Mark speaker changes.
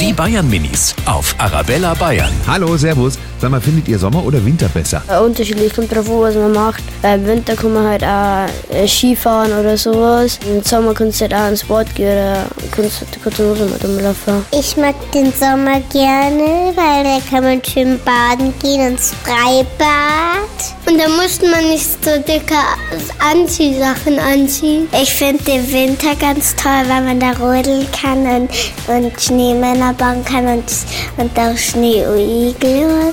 Speaker 1: Die Bayern Minis auf Arabella Bayern.
Speaker 2: Hallo, Servus. Sag mal, findet ihr Sommer oder Winter besser?
Speaker 3: Äh, Unterschiedlich, kommt drauf an, was man macht. Äh, Im Winter kann man halt auch äh, Skifahren oder sowas. Im Sommer kannst du halt auch ins Sport gehen oder kannst du kurz nur mal rumlaufen.
Speaker 4: Ich mag den Sommer gerne, weil da kann man schön baden gehen ins Freibad. Und da muss man nicht so dicke Anziehsachen anziehen. Ich finde den Winter ganz toll, weil man da rodeln kann und, und Schneemänner bauen kann und, und auch Schneeigel.